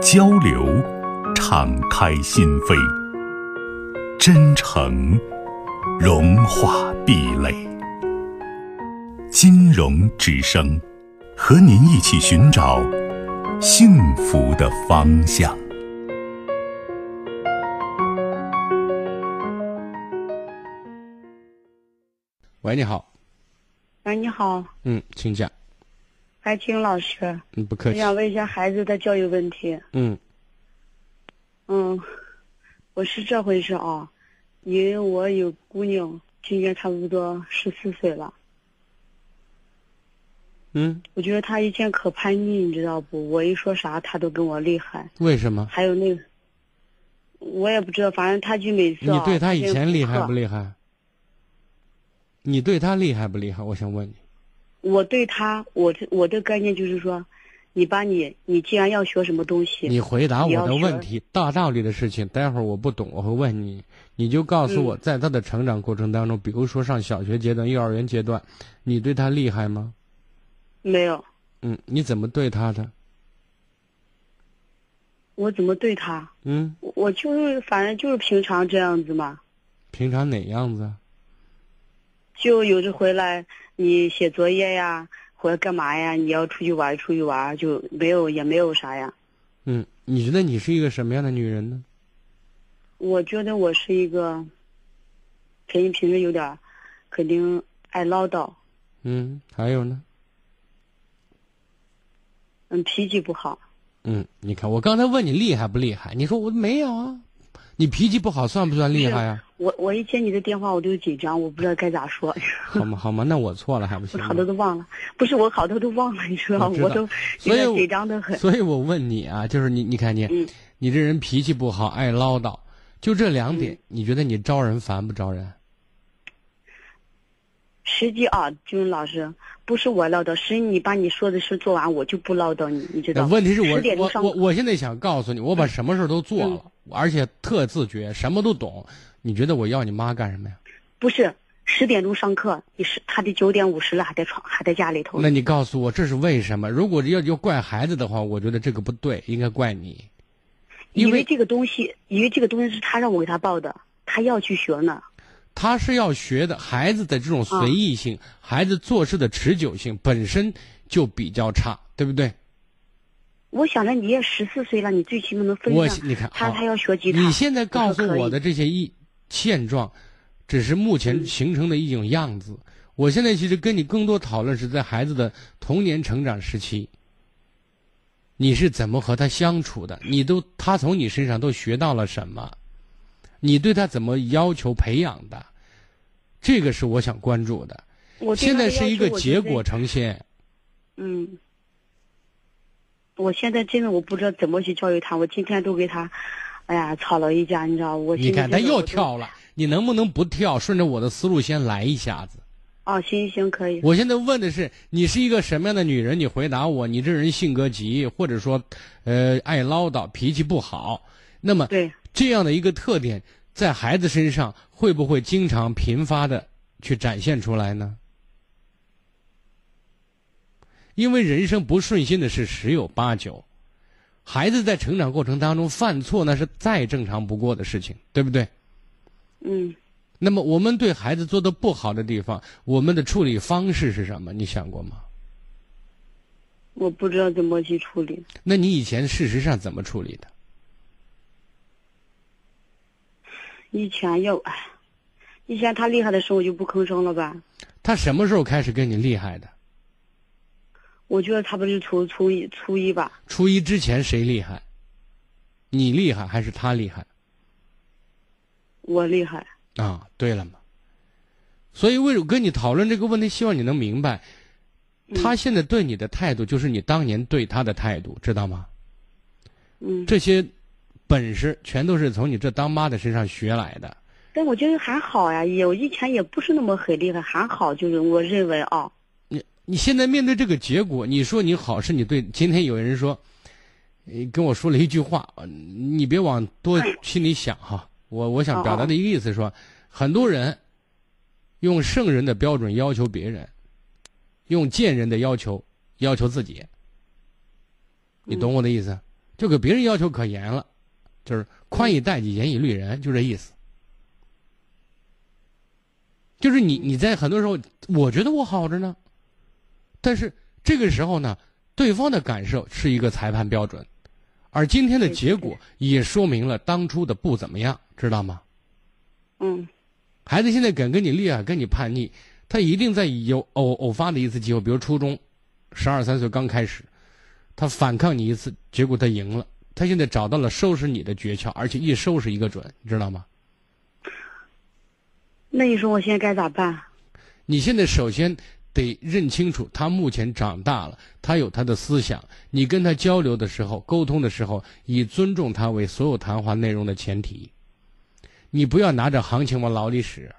交流，敞开心扉，真诚融化壁垒。金融之声，和您一起寻找幸福的方向。喂，你好，哎，你好，嗯，请讲，白青老师，嗯，不我客气，想问一下孩子的教育问题。嗯嗯，我是这回事啊，因为我有姑娘，今年差不多十四岁了，嗯，我觉得她以前可叛逆，你知道不？我一说啥，她都跟我厉害。为什么？还有那个，我也不知道，反正她就每次、你啊、对他以前厉害不害？厉害？你对他厉害不厉害？我想问你，我对她，我这我的概念就是说，你把你你既然要学什么东西，你回答你我要的学问题。大道理的事情，待会儿我不懂，我会问你，你就告嗯诉我，在他的成长过程当中，比如说上小学阶段、幼儿园阶段，你对他厉害吗？没有，嗯，你怎么对他的？我怎么对她？嗯，我我就是反正就是平常这样子嘛。平常哪样子啊？就有时回来，你写作业呀，或者干嘛呀？你要出去玩，出去玩就没有，也没有啥呀。嗯，你觉得你是一个什么样的女人呢？我觉得我是一个，肯定平时有点儿，肯定爱唠叨，嗯，还有呢？嗯，脾气不好。嗯，你看，我刚才问你厉害不厉害，你说我没有啊，你脾气不好算不算厉害呀、我我一接你的电话我就紧张，我不知道该咋说， 好吗？好吗？那我错了还不我行吗？好多都忘了。不是我好多都忘了，你知道吗，我嗯知道我都有所以点我紧张的很。所以我问你啊，就是你，你看你，嗯你这人脾气不好，爱唠叨，就这两点，嗯你觉得你招人烦不招人？实际啊，就是老师，不是我唠叨，是你把你说的事做完，我就不唠叨你，你知嗯道那吗？问题是十点我钟我上我我现在想告诉你，我把什么事儿都做了，嗯而且特自觉，什么都懂。你觉得我要你妈干什么呀？不是十点钟上课，你是他得九点五十了，还在床还在家里头。那你告诉我这是为什么？如果要要怪孩子的话，我觉得这个不对，应该怪你，因因为为这个东西，因为这个东西是他让我给他报的，他要去学呢。他是要学的孩子的这种随意性，嗯孩子做事的持久性本身就比较差，对不对？我想着你也十四岁了，你最起码能分我上。你看，他好他要学吉他。你现在我说告诉可以我的这些一现状，只是目嗯前形成的一种样子。我现在其实跟你更多讨论是在孩子的童年成长时期，你是怎么和他相处的？你都他从你身上都学到了什么？你对他怎么要求培养的？这个是我想关注的。我对现他在的是一要求个我觉结得果。呈现，嗯。我现在真的我不知道怎么去教育他，我今天都给他，哎呀吵了一架，你知道我今你天看他真的又我都跳了，你能不能不跳？顺着我的思路先来一下子。哦，行行可以，我现在问的是，你是一个什么样的女人？你回答我，你这人性格急，或者说，呃，爱唠叨，脾气不好。那么对，这样的一个特点，在孩子身上会不会经常频发的去展现出来呢？因为人生不顺心的事十有八九，孩子在成长过程当中犯错那是再正常不过的事情，对不对？嗯。那么我们对孩子做的不好的地方，我们的处理方式是什么？你想过吗？我不知道怎么去处理。那你以前事实上怎么处理的？以前要，哎，以前他厉害的时候我就不吭声了吧。他什么时候开始跟你厉害的？我觉得他不是初初一初一吧，初一之前谁厉害？你厉害还是他厉害？我厉害。啊，对了嘛。所以为什么跟你讨论这个问题，希望你能明白，他现在对你的态度就是你当年对他的态度，知道吗？嗯，这些本事全都是从你这当妈的身上学来的。但我觉得还好呀，也我以前也不是那么很厉害，还好，就是我认为啊，你现在面对这个结果，你说你好是你对。今天有人说，呃跟我说了一句话，呃你别往多心里想哈。我我想表达的一个意思说，很多人用圣人的标准要求别人，用贱人的要求要求自己。你懂我的意思？就给别人要求可严了，就是宽以待己，严以律人，就这意思。就是你你在很多时候，我觉得我好着呢，但是这个时候呢，对方的感受是一个裁判标准，而今天的对结果也说明了当初的不怎么样，知道吗？嗯孩子现在敢跟你厉害，跟你叛逆，他一定在有偶偶发的一次机会，比如初中，十二三岁刚开始，他反抗你一次，结果他赢了。他现在找到了收拾你的诀窍，而且一收拾一个准，你知道吗？那你说我现在该咋办？你现在首先得认清楚，他目前长大了，他有他的思想。你跟他交流的时候、沟通的时候，以尊重他为所有谈话内容的前提。你不要拿着行情往牢里使。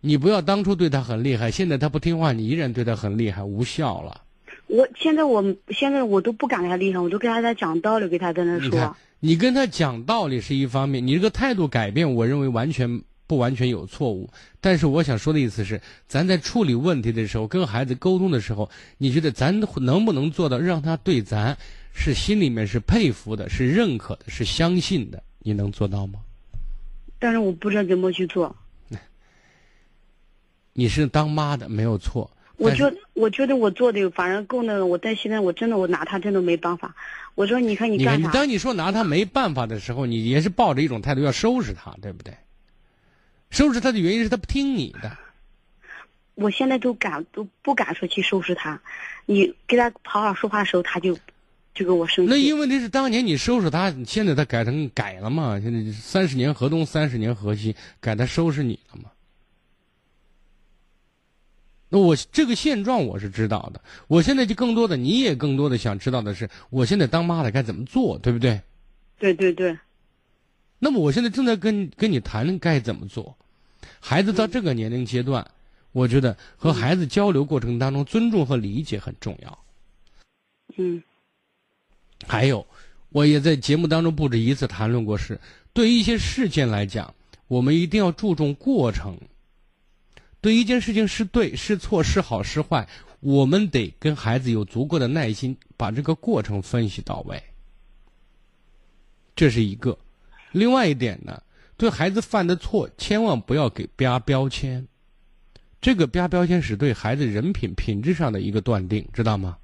你不要当初对他很厉害，现在他不听话，你依然对他很厉害，无效了。我现在我现在我都不敢跟他厉害，我都跟他在讲道理，给他在那你看说，，你跟他讲道理是一方面，你这个态度改变，我认为完全不完全有错误。但是我想说的意思是，咱在处理问题的时候，跟孩子沟通的时候，你觉得咱能不能做到让他对咱是心里面是佩服的、是认可的、是相信的？你能做到吗？但是我不知道怎么去做。你是当妈的没有错，我但是觉得我觉得我做的反正够那个，我但现在我真的我拿他真的没办法。我说你看你你看，干你啥？当你说拿他没办法的时候，你也是抱着一种态度要收拾他，对不对？收拾他的原因是他不听你的。我现在都敢都不敢说去收拾他，你跟他好好说话的时候，他就就跟我生那气。因为问题是当年你收拾他，现在他改成改了嘛？现在三十年河东，三十年河西，改他收拾你了嘛？那我这个现状我是知道的，我现在就更多的，你也更多的想知道的是，我现在当妈的该怎么做，对不对？对对对，那么我现在正在跟跟你谈论该怎么做。孩子到这个年龄阶段，我觉得和孩子交流过程当中，尊重和理解很重要。嗯还有，我也在节目当中不止一次谈论过是，对于一些事件来讲，我们一定要注重过程。对一件事情是对是错是好是坏，我们得跟孩子有足够的耐心，把这个过程分析到位。这是一个。另外一点呢，对孩子犯的错，千万不要给标标签。这个标标签是对孩子人品品质上的一个断定，知道吗？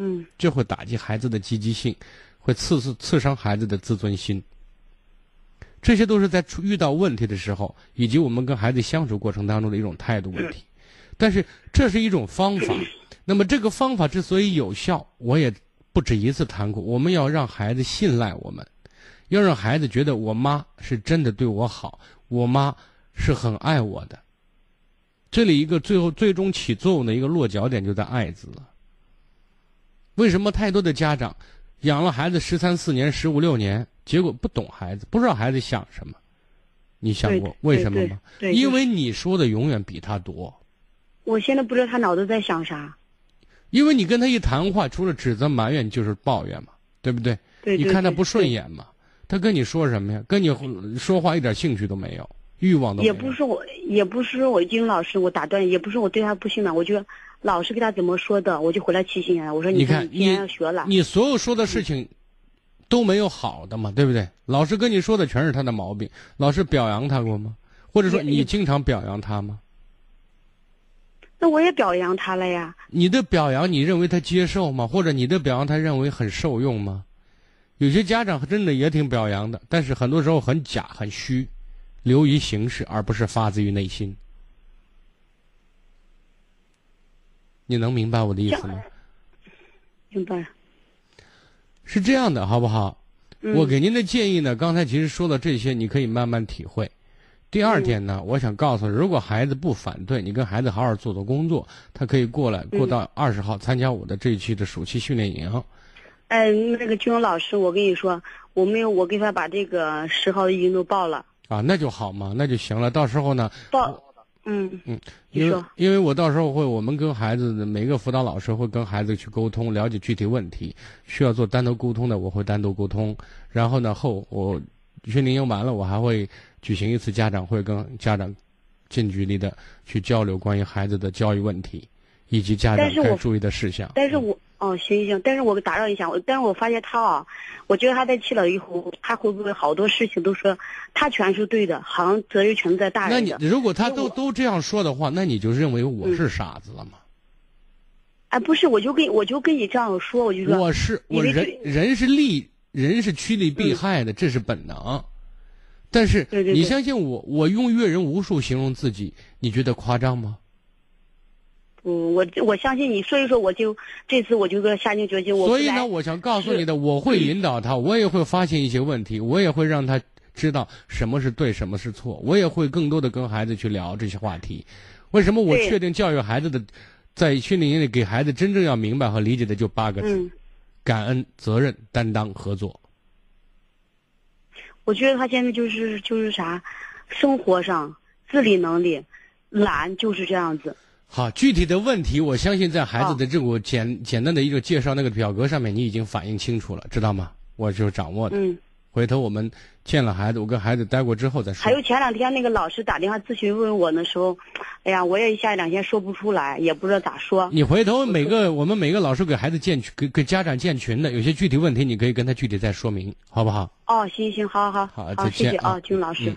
嗯这会打击孩子的积极性，会刺刺刺伤孩子的自尊心。这些都是在出遇到问题的时候，以及我们跟孩子相处过程当中的一种态度问题。但是这是一种方法，那么这个方法之所以有效，我也不止一次谈过。我们要让孩子信赖我们，要让孩子觉得我妈是真的对我好，我妈是很爱我的。这里一个最后最终起作用的一个落脚点就在“爱”字了。为什么太多的家长养了孩子十三四年、十五六年，结果不懂孩子，不知道孩子想什么？你想过对为什么对吗？对，因对为你说的永远比他多，我现在不知道他脑子在想啥。因为你跟他一谈话，除了指责、埋怨就是抱怨嘛，对不对？对，你对看他对不顺对眼嘛，他跟你说什么呀？跟你说话一点兴趣都没有，欲望都没也有。不是我，也不是说我金老师我打断，也不是我对他不信任，我就老师给他怎么说的，我就回来提醒他，我说你看看今天你要学了，嗯你所有说的事情都没有好的嘛，对不对？老师跟你说的全是他的毛病，老师表扬他过吗？或者说也你经常表扬他吗？那我也表扬他了呀，你的表扬你认为他接受吗？或者你的表扬他认为很受用吗？有些家长真的也挺表扬的，但是很多时候很假、很虚，流于形式，而不是发自于内心。你能明白我的意思吗？明白？是这样的，好不好？嗯、我给您的建议呢，刚才其实说了这些，你可以慢慢体会。第二点呢，我想告诉，如果孩子不反对，你跟孩子好好做做工作，他可以过来，过到二十号参加我的这一期的暑期训练营。哎，那个军文老师，我跟你说，我没有，我给他把这个十号的已经都报了，啊，那就好嘛，那就行了。到时候呢，报，嗯嗯，你因为说，因为我到时候会，我们跟孩子的每个辅导老师会跟孩子去沟通，了解具体问题，需要做单独沟通的，我会单独沟通。然后呢，后我训练营完了，我还会举行一次家长会，跟家长近距离的去交流关于孩子的教育问题，以及家长但是该我注意的事项。但是我，哦，行行，但是我打扰一下，我，但是我发现他啊，我觉得他在气了以后，他会不会好多事情都说他全是对的，好像责任全在大那人你的，如果他因为都我嗯都这样说的话，那你就认为我是傻子了嘛？哎，不是，我就跟我就跟你这样说，我就说，我是你我这人句人是利人是趋利避害的，这是本能。但是对对对你相信我，我用阅人无数形容自己，你觉得夸张吗？嗯，我我相信你，所以说我就这次我就个下定决心，我所不以来呢，我想告诉是你的，我会引导他，我也会发现一些问题，我也会让他知道什么是对，什么是错，我也会更多的跟孩子去聊这些话题。为什么我对确定教育孩子的，在训练营里给孩子真正要明白和理解的就八个字：嗯，感恩、责任、担当、合作。我觉得他现在就是就是啥，生活上自理能力懒就是这样子。好，具体的问题，我相信在孩子的这个简、简单的一个介绍那个表格上面，你已经反映清楚了，知道吗？我就掌握的。嗯，回头我们见了孩子，我跟孩子待过之后再说还。有前两天那个老师打电话咨询问我的时候，哎呀，我也一下两天说不出来，也不知道咋说。你回头每个我们每个老师给孩子建群，给给家长建群的，有些具体问题你可以跟他具体再说明，好不好？哦，行行，好好好好，再谢见谢啊啊，军老师。嗯